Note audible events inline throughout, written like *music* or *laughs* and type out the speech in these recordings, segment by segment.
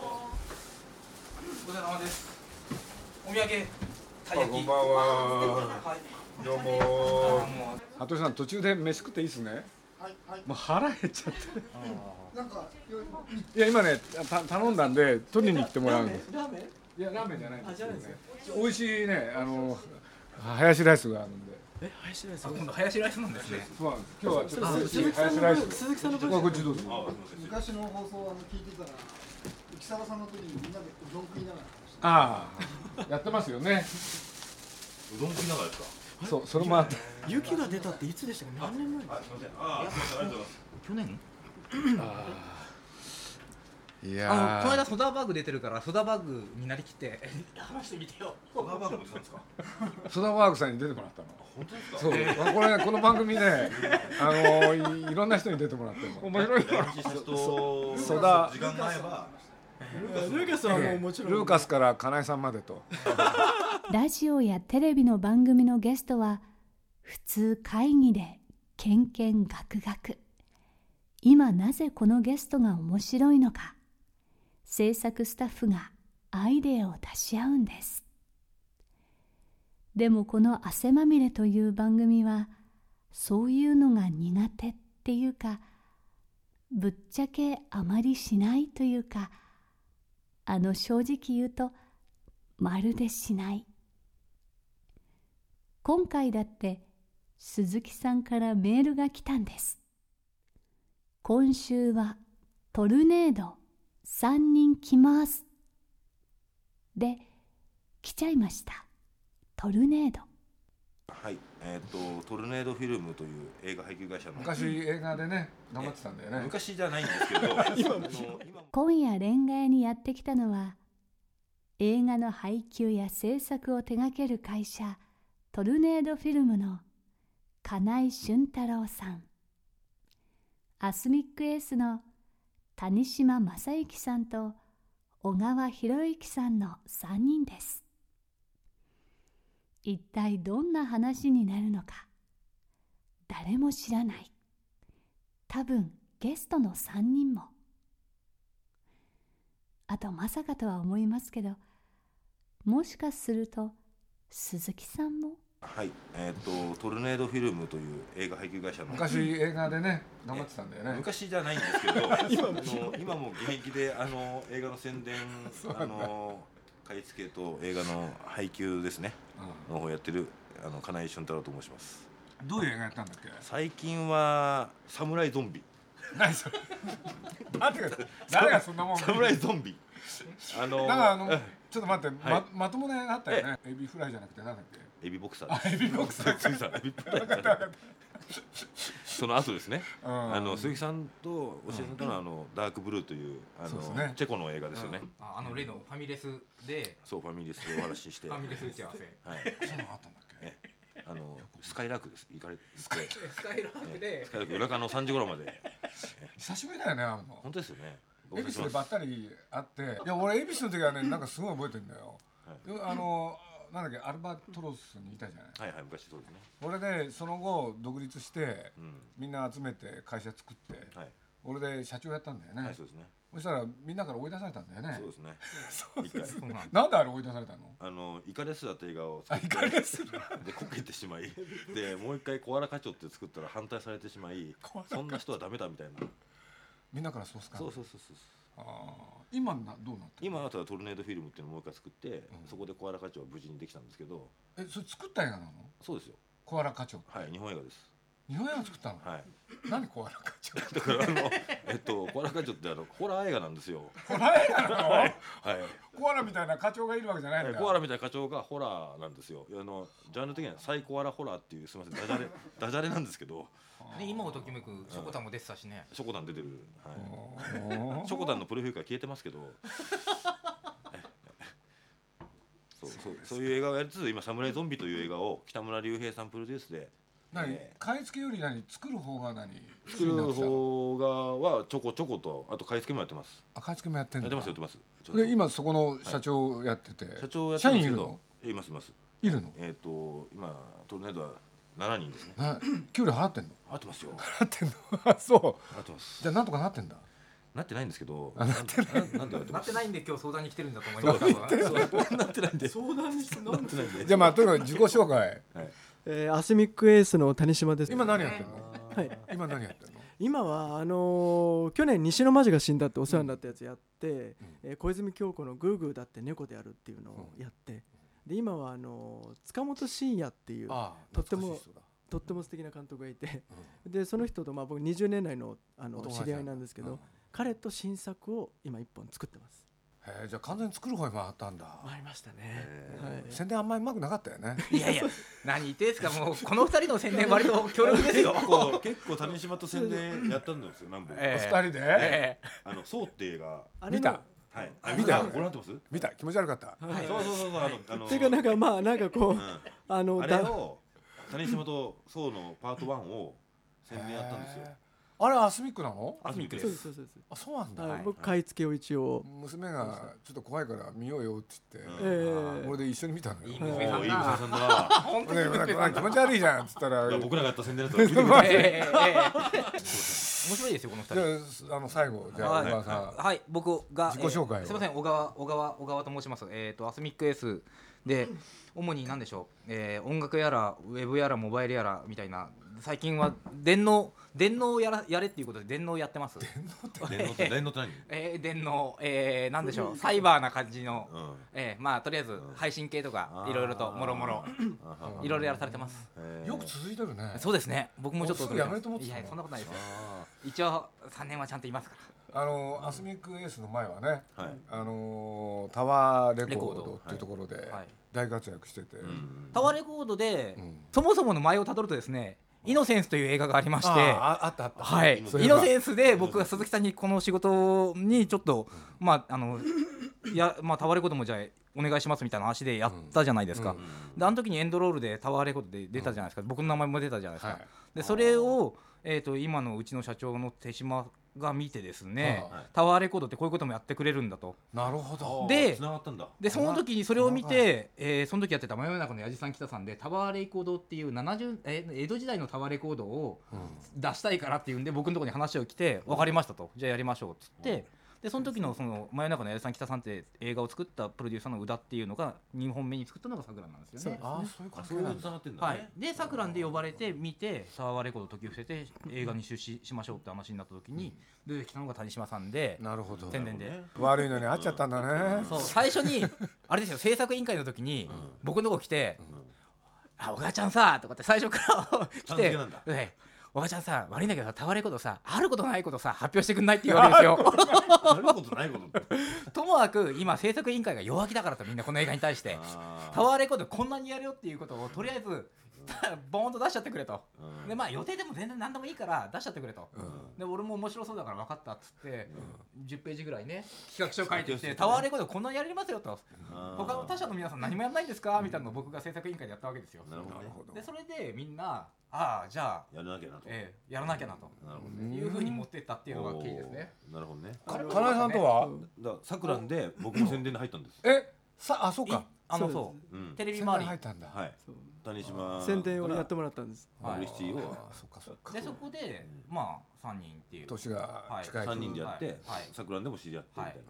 ごちそうさまです。お土産。たいあ焼こんき。ばんはは。どうも。い。もう服部さん途中で飯食っていいですね。はいはい。もう腹減っちゃって。なんかよいや今ねた頼んだんで取りに来てもらうんです。ラーメンいやラーメンじゃないんですけどあじゃね。美味しいねあのハヤシライスがあるんで。え、林ライスあ今度林ライスなんですね。そうなんです。今日はちょっと鈴木ハヤさんシのライ分ス。鈴木さんのここはこっ分ちどうぞ。く昔の放送あの聞いてたら、木更さんの時にみんなでうどん食いながら話してああやってますよね。うどん食いながらですか。そうそれもあって。雪が出たっていつでしたか何年前あ、すみません。あー、すみません。ありがとうございます。去年？いあやのこの間ソダバーグ出てるからソダバーグになりきって。話してみてよコナーバーグも出たんですか。ー。ソダワークさんに出てもらったの。本当ですか。そう、これ、この番組ね、あのいいろんな人に出てもらってるの。面白いランチシャツとそそだ時間が合えば。ルーカスはもうもちろんルーカスから金井さんまでと。 *laughs* ラジオやテレビの番組のゲストは普通会議でけんけんがくがく今なぜこのゲストが面白いのか制作スタッフがアイデアを出し合うんですでもこの「汗まみれ」という番組はそういうのが苦手っていうかぶっちゃけあまりしないというかあの正直言うと「まるでしない今回だって鈴木さんからメールが来たんです今週はトルネード3人来ますで来ちゃいましたトルネードはい。えっ、と、トルネードフィルムという映画配給会社の。昔映画でね、頑張ってたんだよね。昔じゃないんです *laughs* けど。今も。今も。今夜レンガ屋にやってきたのは映画の配給や制作を手掛ける会社トルネードフィルムの金井俊太郎さんアスミックエースの谷島正幸さんと小川博之さんの3人です一体どんな話になるのか誰も知らない多分ゲストの3人もあとまさかとは思いますけどもしかすると鈴木さんもはい。えっ、と、トルネードフィルムという映画配給会社の。昔映画でね、頑張ってたんだよね。昔じゃないんです *laughs* けど、今も今も現役であの映画の *laughs* 宣伝、あの買い付けと映画の配給ですね、の方やってるあの金井俊太郎と申します。どういう映画やったんだっけ。最近はサムライゾンビ、何それ。待ってください。誰がそんなもん。サムライゾンビ、あなのんかあの、ちょっと待って、はいま、まともな映画あったよね。エビフライじゃなくて、なんだっけ。エビボクサーエビボクサー鈴木さん *laughs* エビボクサーその後ですね、うんあの鈴木さんと教えさんとのあのダークブルーというあそのうですねチェコの映画ですよね。ああの例のファミレスでそうファミリースでお話しして、フはァいミ、レス打ち合わせ。そんなのあったんだっけ。あのスカイラークです。行かれスカイスカイラークでスカイラーク夜中の3時頃まで。久しぶりだよね、あの。本当ですよね。ご恵無比沙寿で汰してばっますたり会っていや俺恵比寿の時はねなんかすごい覚えてんだよ、あのなんだっけアルバトロスにいたじゃないはいはい昔そうですね。俺でその後独立してうんみんな集めて会社作ってはい俺で社長やったんだよね、はいそうですね。そしたらみんなから追い出されたんだよねそうですね。一回そうなん *laughs* なんであれ追い出されたのあのイカレスだって映画をあイ作ってカレスでこけてしまいでもう一回コアラ課長って作ったら反対されてしまいそんな人はダメだみたいなみんなからそうっすかそうそうそうそうあー今などうなってる今あとはトルネードフィルムっていうのをもう一回作って、そこでコアラ課長は無事にできたんですけどえそれ作った映画なのそうですよコアラ課長はい日本映画です日本映画作ったの、はい何コアラ課長 *laughs* だからあのえっとコアラ課長ってあのホラー映画なんですよ。コアラ映画なの、はい。コアラみたいな課長がいるわけじゃないんだコアラみたいな課長がホラーなんですよ。あのジャンル的にはサイコアラホラーっていうすみませんダジャレダジャレなんですけど、ね、今をときめくしょこたんも出てたしね、ショコタン出てる。はい。おーショコタンのプロフィールから消えてますけど。そうそうそういう映画をやりつつ今「サムライゾンビ」という映画を北村隆平さんプロデュースで何え買い付けより何作る方が何作る方がはちょこちょことあと買い付けもやってますあ買い付けもやってんだやってますやってますちょっとで今そこの社長やってて、社長やって社ます員いけるどのいますいますいるのえっ、と今トルネードは7人ですねな給料払ってんの合ってますよ払ってんの *laughs* あそう合ってますじゃあなんとかなってんだなってないんですけどなってないなんで合っなてまっすてないんで今日相談に来てるんだと思います多分なってないんで相談にして飲むなってないんでじゃあまあとにかく自己紹介えー、アスミックエースの谷島で *laughs* す今何やってんのはい今何やってんの今はあのー去年西の魔女が死んだってお世話になったやつやって、えー小泉京子の「グーグーだって猫である」っていうのをやって、で今はあのー塚本慎也っていうあとってもとっても素敵な監督がいて、でその人とまあ僕20年来のあおの友達知り合いなんですけど、うん彼と新作を今一本作ってますへえじゃあ完全に作る方に回ったんだ、回りましたね、はい、宣伝あんまりうまくなかったよねいやいや何言ってんすかもうこの二人の宣伝割と強力 *laughs* ですよ結構結構谷島と宣伝やったんですよ何本かえおえ二人で、えあの「そう」って映画あ見たはい見たあご覧になってます見た気持ち悪かったはいそうそうそうそうあのあのっていうかなんかまあなんかこう、うんあのあれだを谷島とそうのパート1を宣伝やったんですよへえあれアスミックなのアスミックでそうですすそうですそうあそうなんです、だ、はいはい僕買い付けを一応、娘がちょっと怖いから見ようよって言って、うんえー俺で一緒に見たのよいいお娘さんーいい娘ださんだ本当にねなんかなんか気持ち悪いじゃんっつったらいやじ僕らがやった宣伝だとは聞いてえまえせんええええ面白いですよこの二人ゃああの最後じゃあはおい母さんはい、僕が自己紹介をえーすみません、小川小川小川と申します。えっ、とアスミックエースで主に何でしょう、えー音楽やらウェブやらモバイルやらみたいな最近は電脳電脳をやらやれっていうことで電脳をやってます。電脳って電脳って何えー電脳えー、何でしょう、サイバーな感じの、うんえーまあとりあえず配信系とかいろいろともろもろ *laughs* いろいろやらされてます。えーよく続いてるねそうですね。僕もちょっともうすぐやめると思っていたやのそんなことないですよ。一応三年はちゃんといますから。あのアスミックエースの前はねはいあのータワーレコーレコードドっていうところではい大活躍してて、うんタワーレコードで、んそもそもの前をたどるとですね「イノセンス」という映画がありましてあああったあったはい、イそれがノセンスで僕が鈴木さんにこの仕事にちょっと、まああのやまあタワーレコードもじゃあお願いしますみたいな話でやったじゃないですか、であの時にエンドロールでタワーレコードで出たじゃないですか、僕の名前も出たじゃないですか、はいでそれを、えー、と今のうちの社長の手島が見てですね、はいタワーレコードってこういうこともやってくれるんだとなるほどで繋がったんだでその時にそれを見て、えーその時やってた真夜中のやじさん北さんでタワーレコードっていう70え江戸時代のタワーレコードを出したいからっていうんで僕のところに話を来て分かりましたとじゃあやりましょうっつってでその時のその真夜中のやじさん北さんって映画を作ったプロデューサーの宇田っていうのが2本目に作ったのが桜なんですよね。ああそういうあ関係そういうなことんだ繋がってんだはいね、で「さくらん」で呼ばれて見てタワーレコード時を伏せて映画に出資しましょうって話になった時に出てきたのが谷島さんでなるほど宣伝で。悪いのに会っちゃったんだねそう最初 *laughs* にあれですよ制作委員会の時に僕のとこ来て「あお母ちゃんさ」とかって最初 *laughs* からち来ゃん付けてなんだはいお母ちゃんさ悪いんだけどさタワレコとさあることないことさ発表してくんないって言うわけですよなることないこと *laughs* ってともかく今制作委員会が弱気だからとみんなこの映画に対してあタワーレコードこんなにやるよっていうことをとりあえずボーンと出しちゃってくれと、うんでまあ予定でも全然何でもいいから出しちゃってくれと、で俺も面白そうだから分かったっつって、10ページぐらいね企画書書いてきてタワーレコードこんなにやりますよとー他の他社の皆さん何もやらないんですかみたいなのを僕が制作委員会でやったわけですよなるほどねでそれでみんなああじゃあ、やらなきゃなとええやらなきゃなとなるほどねいうふうに持ってったっていうのが大きいですねおーなるほどねかなえさんとはだからさくらんで僕も宣伝に入ったんですえさあそういかあのそうそうんテレビ先周輩り入ったんだはい谷島宣伝をやってもらったんですパブリシティをあそっかそっかでそこでまあ3人っていう年が近い3人でやっはていはい桜でも知り合ってみたいな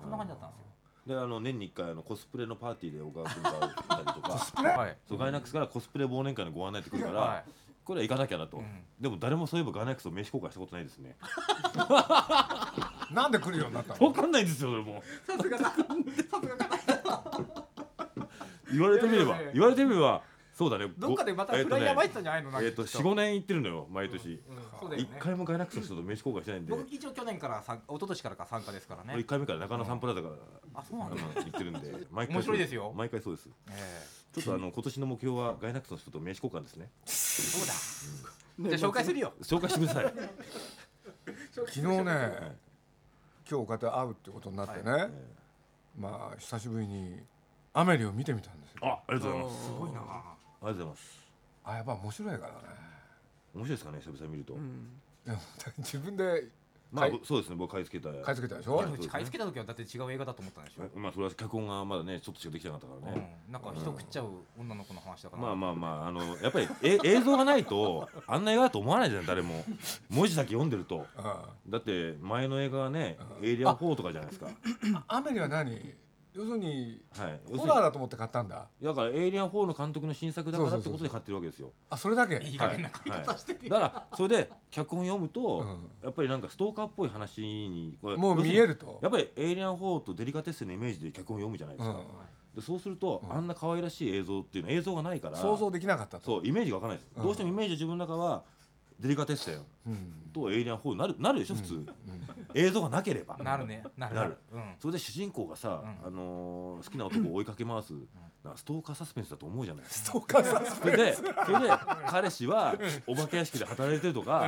そんな感じだったんですよであの年に1回あのコスプレのパーティーで小川君が会ったりとかはい *laughs* そうガイナックスからコスプレ忘年会のご案内ってくるから、はいこれは行かなきゃなと、んでも誰もそういえばガイナックスを名刺交換したことないです *laughs* ねなんで来るようになった分のかんないですよそれもさすがださすがだ言われてみれいばやいやいや言われてみればそうだねどっかでまたフライヤー参ってたんじゃないのえなっんと,、かきえっっとと45年行ってるのよ毎年うんそうだよ一、ね回もガイナックスの人と飯交換してないんで僕一応去年からさ一昨年からか参加ですから俺ね一回目から中野サンプラザからあそうなんだ、あの行ってるんで毎回面白いですよ毎回そうですえちょっとあの今年の目標はガイナックスの人と名刺交換ですねえそうだじゃあ紹介するよ紹介してください昨日ね、今日方会うってことになってね、まあ久しぶりにアメリを見てみたんですよあありがとうございますすごいなありがとうございますあやっぱ面白いからね面白いですかね久々に見ると、うんいや自分でまあ買いそうですね僕買い付けた買い付けたでしでょもうち買い付けた時はだって違う映画だと思ったんでしょ、まあそれは脚本がまだねちょっとしかできてなかったからね、うん、なんか人食っちゃう女の子の話だから、まあまあまああのやっぱりえ *laughs* 映像がないとあんな映画だと思わないじゃん誰も文字だけ読んでるとだって前の映画はね「エイリアン4」とかじゃないですかあアメリは何要するにはい要すホるラーにだと思って買ったんだだから「エイリアン4」の監督の新作だからってことで買ってるわけですよあそれだけいいは加い減な買い方してるよ、だからそれで脚本読むうとんやっぱりなんかストーカーっぽい話にこれもう見えると要するにやっぱり「エイリアン4」とデリカテッセのイメージで脚本読むじゃないでうすか、んでそうすると、うんあんな可愛らしい映像っていうのは映像がないから想像できなかったとそうイメージがわかんないです、うんどうしてもイメージは自分の中はデリカテッセうんとエイリアン4になるなるでしょ普通、映像がなければなるねなるななるるうんそれで主人公がさ、うんあのー好きな男を追いかけ回す、なストーカーサスペンスだと思うじゃないストーカーさそれでそれで彼氏はお化け屋敷で働いてるとか、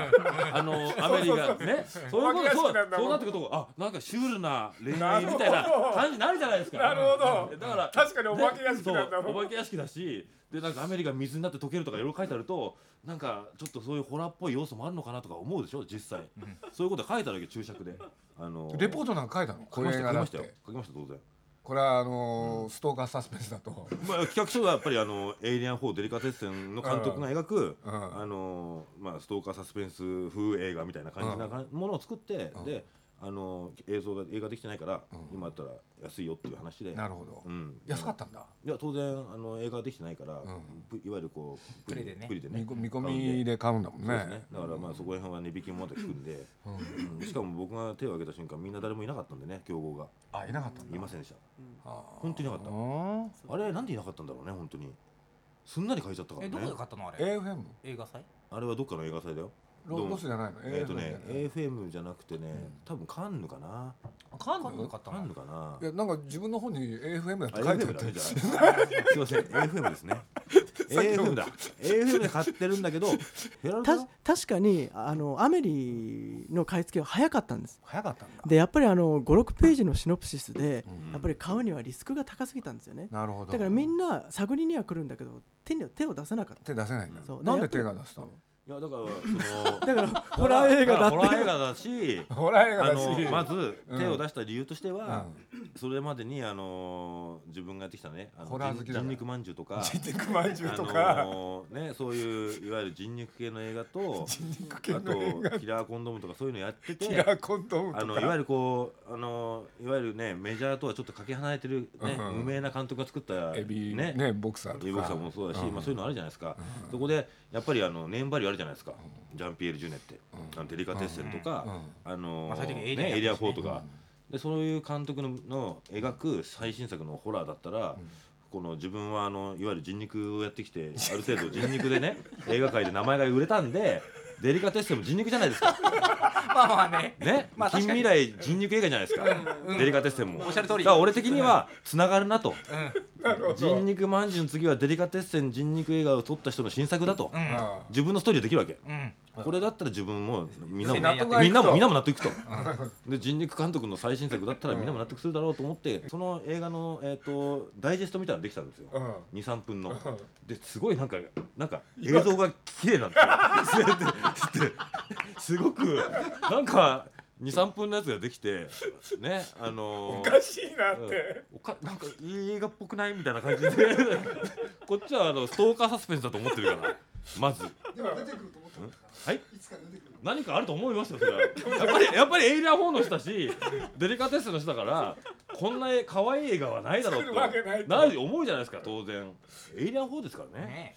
あのーアメリカねそういうことおそ化け屋敷うなんだそうなってくるとあなんかシュールな恋愛みたいな感じになるじゃないですか。なるほどだから確かにお化け屋敷そなんだうもおん化け屋敷だしでなんかアメリカ水になって溶けるとかいろいろ書いてあるとなんかちょっとそういうホラーっぽい要素もあるのかなとか思うでしょ実際、そういうこと書いてあるわけ注釈で、あのレポートトなんか書いたのこ書きれましたがだ書きまっしたよて書きました当然、これはあのーストーカーサスペンスだとまあ、企画書はやっぱりあの「エイリアン4デリカテッセン」の監督が描く、うんうんあのまあ、ストーカーサスペンス風映画みたいな感じなかものを作って、んであの映像が映画できてないから、うん今だったら安いよっていう話で。なるほどうん、安かったんだいや当然あの映画できてないから、ういわゆるこうプレでねプリでね見込見込みで買うんだもんそうですねねだからまあそこら辺は値引きもまだ効くんで、うんうんしかも僕が手を挙げた瞬間みんな誰もいなかったんでね競合があいなかったんだいませんでした本本当にいなかったあれなんでいなかったんだろうね本当にすんなり変えちゃったからえねどこで買ったのあれ AFM 映画祭あれはどっかの映画祭だよロードスじゃないのえっ、AFM とねじゃない AFM じゃなくてね、多分カンヌかなカンヌで買ったカのンヌかないやなんか自分の本に AFM だって書いてあ AFM っだたねじゃあ *laughs* すいません AFM ですね AFM だ AFM で買ってるんだけどヘラルドた確かにあのアメリの買い付けは早かったんです早かったんだでやっぱりあの56ページのシノプシスで、うんやっぱり買うにはリスクが高すぎたんですよねなるほどだからみんな探りには来るんだけど手には手を出せなかった手出せないんだそうなんやでっぱ手りが出したのいやだからそのだからホラー映画だホラー映って画 *laughs* だしほら映あ画だしのまず手を出した理由としてうは、んそれまでにあのー自分がやってきたねあのホラー好きだから人肉まんじゅうとか人肉まんじゅうとあかのーねそういういわゆる人肉系の映画 *laughs* と人肉系あの映画とキラーコンドームとかそういうのやってキラて。ーコンドームあとのかいわゆるこうあのーいわゆるねメジャーとはちょっとかけ離れてる、ねうんうん無名な監督が作ったエビねねボクサーエビボクサーもそうだし、まあ、そういうのあるじゃないですか、そこでやっぱりあの年張りあるじゃないですか、ジャンピエール・ジュネって、あのデリカテッセンとか、あのーまあ最終的にエイリアンね、やエってリアますね4とか、でそういう監督のの描く最新作のホラーだったら、この自分はあのいわゆる人肉をやってきてある程度人肉でね *laughs* 映画界で名前が売れたんでデリカテッセンも人肉じゃないですか、 *laughs* まあまあねね *laughs* まあ近確か未に来人肉映画じゃないですか、デリカテッセンも。おっしゃる通りだから俺的にはつながるなと。う人肉まんじゅうの次はデリカテッセン人肉映画を撮った人の新作だと、んうんあ自分のストーリーできるわけ、うんこれだったら自分もみんなも納得がいくとみんなもみんなも納得いくとで人肉監督の最新作だったらみんなも納得するだろうと思ってその映画の、えー、とダイジェストみたいなのできたんですよ、うん23分のですごいなんかなんか映像が綺麗なんですよ *laughs* ででですごくなんか23分のやつができてねあのー、おかしいなってうんおかなんかいい映画っぽくないみたいな感じでこっちはあのストーカーサスペンスだと思ってるからまずでも出てくると思ったんだかはらいいつか出てくる何かあると思いますよそれはやっぱりやっぱりエイリアン4の人だしデリカテッセの人だからこんな絵可愛い映画はないだろう作るわけないととなる思うじゃないですか当然エイリアン4ですからね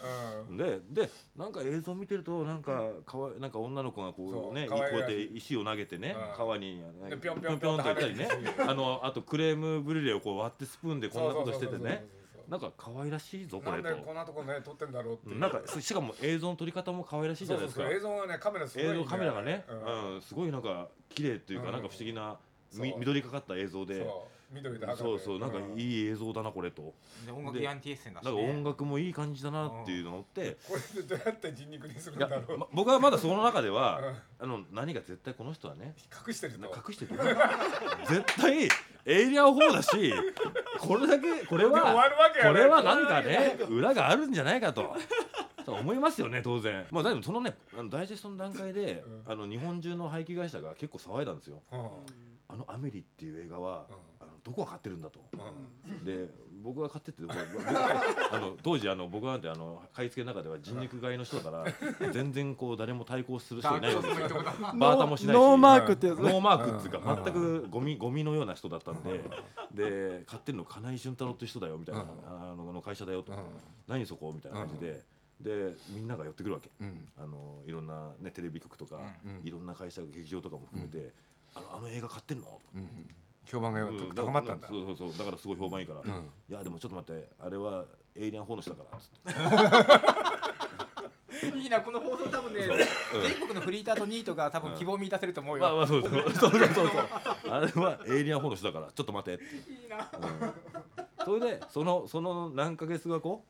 ねででなんか映像見てるとなんかかわいなんか女の子がこそううね可愛こらうしいやって石を投げてねうん川にでぴピョょんンぴピョょんンと行ったりね跳ねあのあとクレームブリュレをこう割ってスプーンでこんなことしててそねうそうそうそうそうなんか可愛らしいぞこなれんとでこんなとこね撮ってんだろうってういんうなんかしかも映像の撮り方も可愛らしいじそゃうないそうですかそう映像がねカメラすごい映んだよ像カメラがね、うんうん、すごいなんか綺麗というか、うんなんか不思議なみそう緑がかった映像でそう緑と赤でそうそうなんかういい映像だなこれとで音楽でヤンティエッセンだし、なんね、か音楽もいい感じだなっていうのをって、これでどうやって人肉にするんいやだろうま *laughs* 僕はまだその中ではうん、あの何が絶対この人はね隠してるなと隠してる絶対エイリアン4だしこれだけこれで終わはるわけこやねれはなんかね裏があるんじゃないかと。そう思いますよね当然まあでもそのねあのダイジェストの段階で、うんあの日本中の廃棄会社が結構騒いだんですようんあの「アメリ」っていう映画は、うあのどこが買ってるんだと。うんで僕が買ってって僕 *laughs* はあの当時あの僕なんてあの買い付けの中では人肉買いの人だ *laughs* から全然こう誰も対抗する人いないんですよ。バータもしないしノーマークってやつノーマークっていううかん全くゴミゴミのような人だったんでで買ってるの金井俊太郎って人だよみたいなあのあの会社だよとうん何そこみたいな感じででみんなが寄ってくるわけうんあのいろんなねテレビ局とかうんいろんな会社劇場とかも含めてあのあの映画買ってんのとかうん評判がうん高まったんだそうそうそうだからすごい評判いいから、んいやでもちょっと待ってあれはエイリアン4の人だからつって *laughs* いいなこの放送多分ね、全国のフリーターとニートが多分希望を見出せると思うよ、まあま *laughs* あそうそうそうそうそうそうあれはエイリアン4の人だからちょっと待ってっていいなうんそれでそのその何ヶ月がこ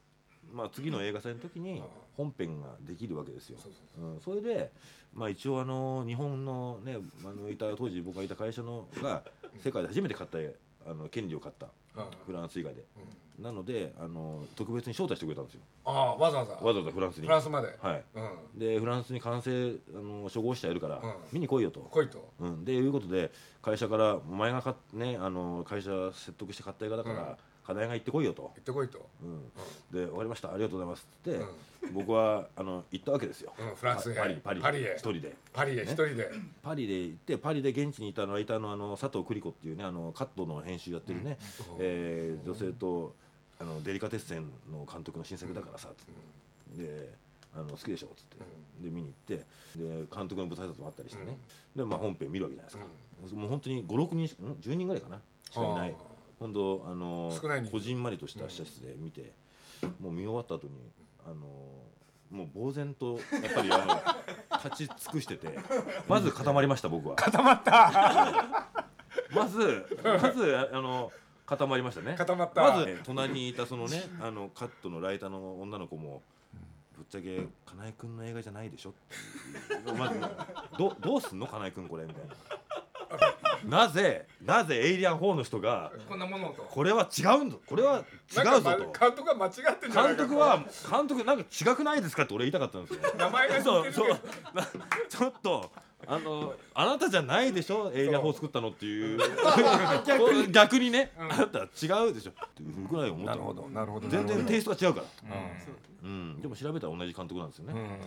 うまあ次の映画祭の時に本編ができるわけですよそうそううん、それで、まあ、一応あの日本のねあのいた当時僕がいた会社のが世界で初めて買ったあの権利を買ったうんフランス以外で、なのであの特別に招待してくれたんですよああわざわざわざわざフランスにフランスまではい、うんでフランスに完成あの初号車いるから、ん見に来いよと。来いとうん、でいうことで会社からお前がか、ね、あの会社説得して買った映画だから、うん課題が行ってこいよと、行ってこいとうん、で終わりましたありがとうございますって、う僕はあの行ったわけですよ、うんフランスへパパリパリパリへ一人でパリへ一人でパリで行ってパリで現地にいたライターのあの佐藤栗子っていうねあのカットの編集やってるね、えー女性とあのデリカテッセンの監督の新作だからさ、つってであの好きでしょっつって、で見に行ってで監督の舞台挨拶もあったりしてね、で、まあ、本編見るわけじゃないですか、もう本当に56人しん10人ぐらいかなしかいないああ本当あの少ない人数こじんまりとした施設で見て、もう見終わった後にあのもう呆然とやっぱりあの立ち尽くしててまず固まりました僕は固まった *laughs* まずまずあの固まりましたね固まったまず隣にいたそのねあのカットのライターの女の子もぶっちゃけ金井君の映画じゃないでしょっていうまずどどうすんの金井君これみたいななぜなぜエイリアン4の人がこんなものをとこれは違うんだこれは違なんうぞかとま監督は間違ってんじゃな監いかと督は監督なんか違くないですかって俺言いたかったんですよ名前がそう似てそるうな *laughs* ちょっとあのあなたじゃないでしょエイリアン4作ったのっていう *laughs* 逆に逆にね、あなたは違うでしょっていうぐらい思ったなるのほどなるほど全然テイスストが違うから、トうん、でも調べたら同じ監督なんですよね、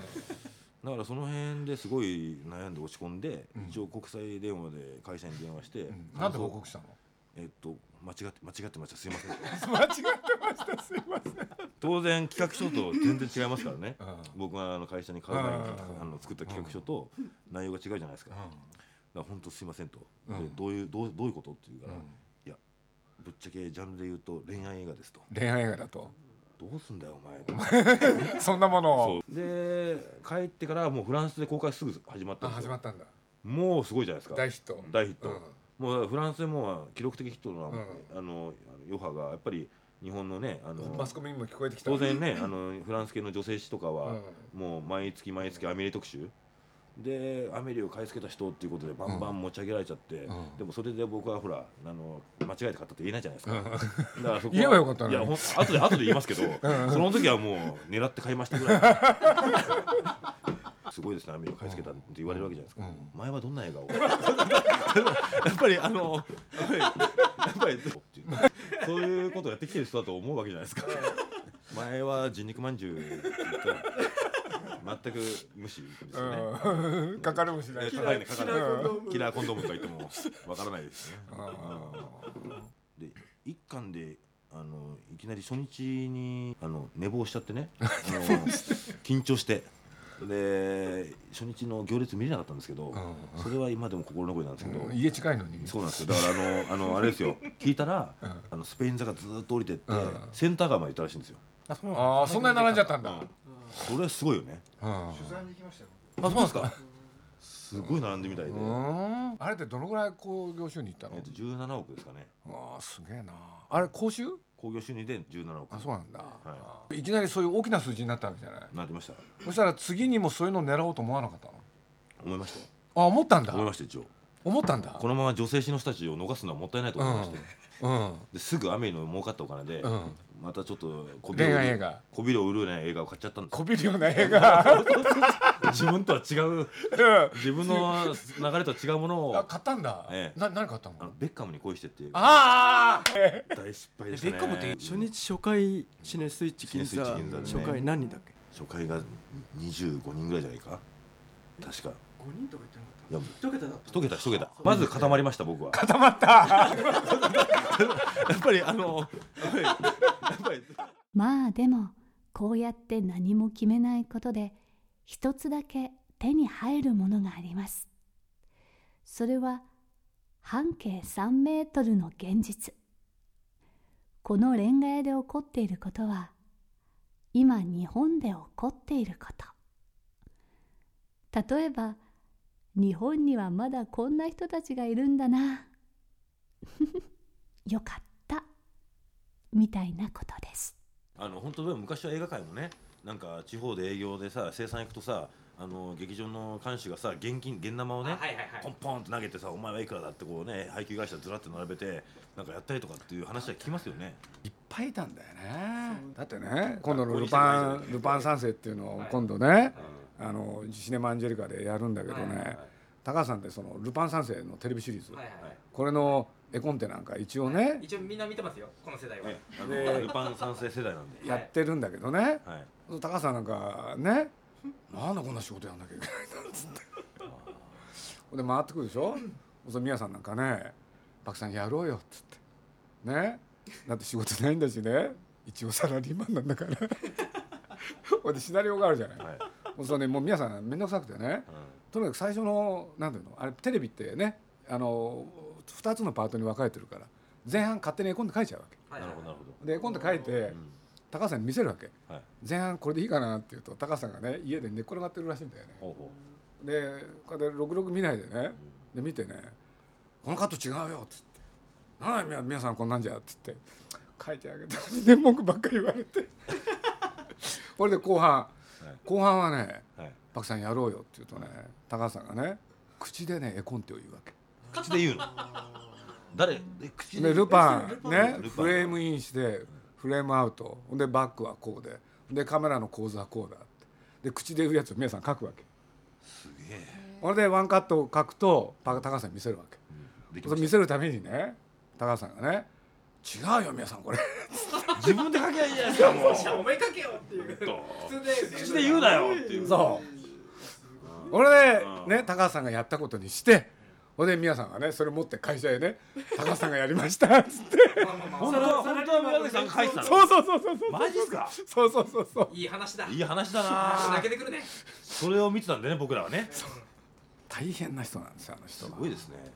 だからその辺ですごい悩んで落ち込んで、一応国際電話で会社に電話して、なんで報告したのえっと間違って間違ってましたすいませ *laughs* ん間違ってましたすいません当然企画書と全然違いますからね、う僕があの会社に買う前にうんあの作った企画書と内容が違うじゃないですか、だから本当すいませんと、うでんどういうどうどういうことっていうから、うんいやぶっちゃけジャンルで言うと恋愛映画ですと恋愛映画だとどうすんだよお前 *laughs* とそんなものをで帰ってからもうフランスで公開すぐ始まったあんです始よまったんだもうすごいじゃないですか大ヒット大ヒット、うんもうフランスでもう記録的ヒットの,、うんあの余波がやっぱり日本のねあのマスコミにも聞こえてきた当然ねあのフランス系の女性誌とかは、うんもう毎月毎月アメリ特集でアメリを買い付けた人っていうことでバンバン持ち上げられちゃって、んでもそれで僕はほらあの間違えて買ったって言えないじゃないですか,、だからそこは *laughs* 言えばよかったのいにやほん後で後で言いますけど、その時はもう狙って買いましたぐら *laughs* いすごいですねアメリを買い付けたって言われるわけじゃないですか、前はどんな映画を *laughs* やっぱりあのやっぱりやっぱりっていうそういうことをやってきてる人だと思うわけじゃないですか *laughs* 前は人肉まんじゅうって言ったら全く無視ですよね、うんかかるもしれないかかんないかかんないキラーコンドームキラーコンドームとか言ってもわからないですねで一巻であの *laughs* いきなり初日にあの寝坊しちゃってねあの緊張してで初日の行列見れなかったんですけど、うそれは今でも心残りなんですけど、うん家近いのにそうなんですよだからあ *laughs* のあのあれですよ聞いたら、うんあのスペイン座がずーっと降りてって、うんセンター街まで行ったらしいんですよあそうなんああそんなに並んじゃったんだ、うんそれはすごいよね取材に行きましたよあそうなんですかすごい並んでみたいで、うんあれってどのぐらい興行収入いったのえっと、17億ですかねああすげえなあれ公衆興行収入で17億あそうなんだ、、はいきなりそういう大きな数字になったわけじゃないなってましたそしたら次にもそういうのを狙おうと思わなかったの思いましたよあ思ったんだ思いました一応思ったんだこのまま女性誌の人たちを逃すのはもったいないと思いまして、うんですぐ雨の儲かったお金で、うんまたちょっと小恋愛売映る画小ビを売るような映画を買っちゃったんでこびるような映画す自分とは違ううん自分の流れとは違うも *laughs* のをあ買ったんだ、ええな何買ったのあのベッカムに恋してっていうああ大失敗でしたねベッカムって初日初回シネスイッチ銀座シネスイッチ銀座でね初回何人だっけ初回が25人ぐらいじゃないか確か5人とか言いやってなかった1桁だった一桁一桁まず固まりました僕は固まったやっぱりあのやっぱりまあでもこうやって何も決めないことで一つだけ手に入るものがありますそれは半径3メートルの現実このレンガ屋で起こっていることは今日本で起こっていること例えば日本にはまだこんな人たちがいるんだな *laughs* よかったみたいなことですあの本当でも昔は映画界もねなんか地方で営業でさ生産行くとさあの劇場の監視がさ現金現生をね、ポンポンと投げてさお前はいくらだってこうね配給会社ずらって並べてなんかやったりとかっていう話は聞きますよねいっぱいいたんだよねだってね今度のルパン「ルパン三世」っていうのを今度ね、あのシネマ・アンジェリカでやるんだけどね、高橋さんってその「ルパン三世」のテレビシリーズ、はいはいこれの絵コンテなんか一応ね、一応みんな見てますよこの世代は、あのルパン三世世代なんで、やってるんだけどね、はい、高橋さんなんかねなんでこんな仕事やんなきゃいけないんだっつってほんで回ってくるでしょその宮さんなんかね「パクさんやろうよ」っつってねだって仕事ないんだしね一応サラリーマンなんだからほんでシナリオがあるじゃない、はいもうそれねもう宮さん面倒くさくてねとにかく最初のなんていうのあれテレビってねあの2つのパートに分かれてるから前半勝手に絵コンテ書いちゃうわけなるほどなるほど、で絵コンテ書いて、うん高橋さんに見せるわけ、はい前半これでいいかなって言うと高橋さんがね家で寝っ転がってるらしいんだよねほうほでこれで66見ないでねで見てね「このカット違うよ」っつって「なんだ皆さんこんなんじゃ」っつって書いてあげたのにね文句ばっかり言われ *laughs* てこれで後半後半はねうはい「パクさんやろうよ」って言うとね高橋さんがね口でね絵コンテを言うわけ口で言うの *laughs* 誰え口ででルパンねルパンフレームインしてフレームアウトほんでバックはこうででカメラの構図はこうだってで口で言うやつを皆さん書くわけすげえほんでワンカットを書くとパ高橋さんに見せるわけできそまれし見せるためにね高橋さんがね「違うよ皆さんこれた自分で書きゃいいじゃないですかもうおめかけよっていう普通で口で言うなよっていう」そうこれでね高橋さんがやったことにしてほんで皆さんがねそれ持って会社へね「高橋さんがやりました」っつって本当は本当は宮崎さんが書いてたの *laughs* そうそうそうそうそうマジっすかそうそうそうそういい話だいい話だなてくるねそれを見てたんでね僕らはねす大変な人なんですよあの人はごいですね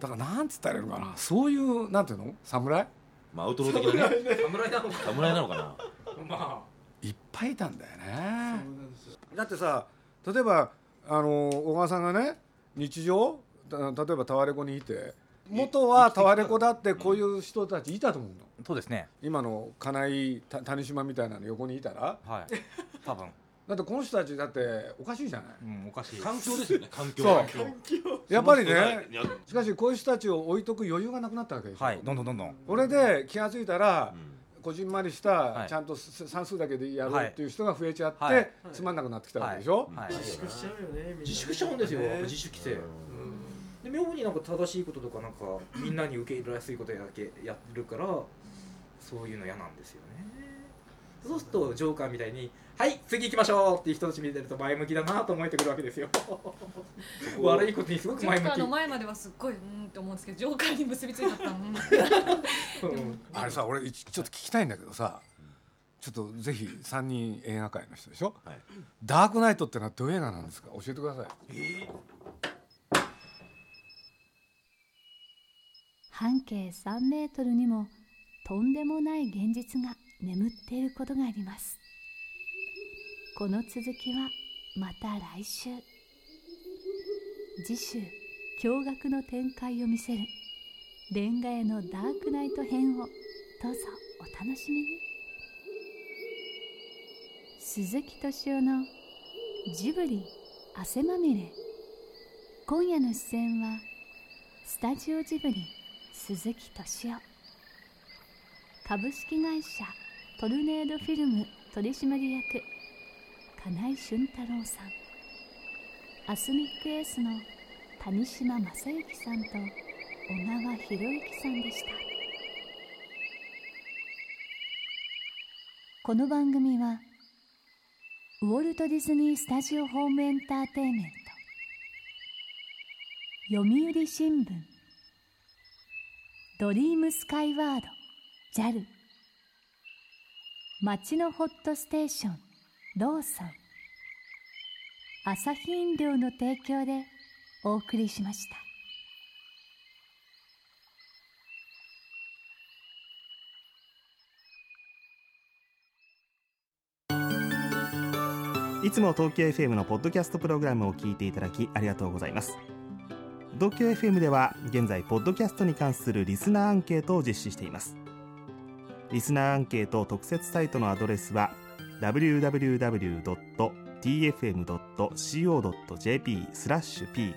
だからなんつったらいいのかなそういうなんていうの侍まあアウトロー的なね侍なのか侍なのかなまいっぱいいたんだよねそうなんですよだってさ例えばあの小川さんがね日常た例えばタワレコにいて元はタワレコだってこういう人たちいたと思うの、あそうですね今の金井た谷島みたいなの横にいたらはい多分、だってこの人たちだっておかしいじゃないうん、おかしい環境ですよね環境そう環境やっぱりその人がねいやしかしこういう人たちを置いとく余裕がなくなったわけでしょ、はいどんどんどんどんこれで気が付いたら、うこじんまりした、いちゃんとす算数だけでやろうっていう人が増えちゃって、はいはいつまんなくなってきたわけでしょ、はい自粛しちゃうよねみんなね自粛しちゃうんですよ、ね自主規制、で妙になんか正しいこととかなんかみんなに受け入れやすいことだけやるからそういうの嫌なんですよねそうするとジョーカーみたいに「はい次行きましょう」っていう人たち見てると前向きだなと思えてくるわけですよ悪いことにすごくジョ前ー向カーきの前まではすっごいうんって思うんですけどジョーカーに結びついちゃったのうんあれさ俺いちちょっと聞きたいんだけどさちょっとぜひ3人映画界の人でしょ、はいダークナイトってのはどういう映画なんですか教えてください半径3メートルにもとんでもない現実が眠っていることがありますこの続きはまた来週次週驚愕の展開を見せるレンガ屋のダークナイト編をどうぞお楽しみに鈴木敏夫のジブリ汗まみれ今夜の出演はスタジオジブリ鈴木敏夫株式会社トルネードフィルム取締役金井俊太郎さんアスミックエースの谷島正幸さんと小川博之さんでしたこの番組はウォルト・ディズニー・スタジオ・ホーム・エンターテイメント読売新聞ドリームスカイワード JAL 町のホットステーションローソン朝日飲料の提供でお送りしました。いつも東京 FM のポッドキャストプログラムを聞いていただきありがとうございます。東京 FM では現在、ポッドキャストに関するリスナーアンケートを実施しています。リスナーアンケート特設サイトのアドレスは www.tfm.co.jp スラッシュ p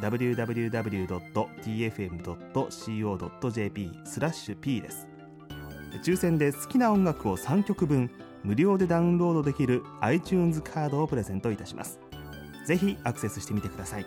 www.tfm.co.jp スラッシュ p です。抽選で好きな音楽を3曲分無料でダウンロードできる iTunes カードをプレゼントいたしますぜひアクセスしてみてください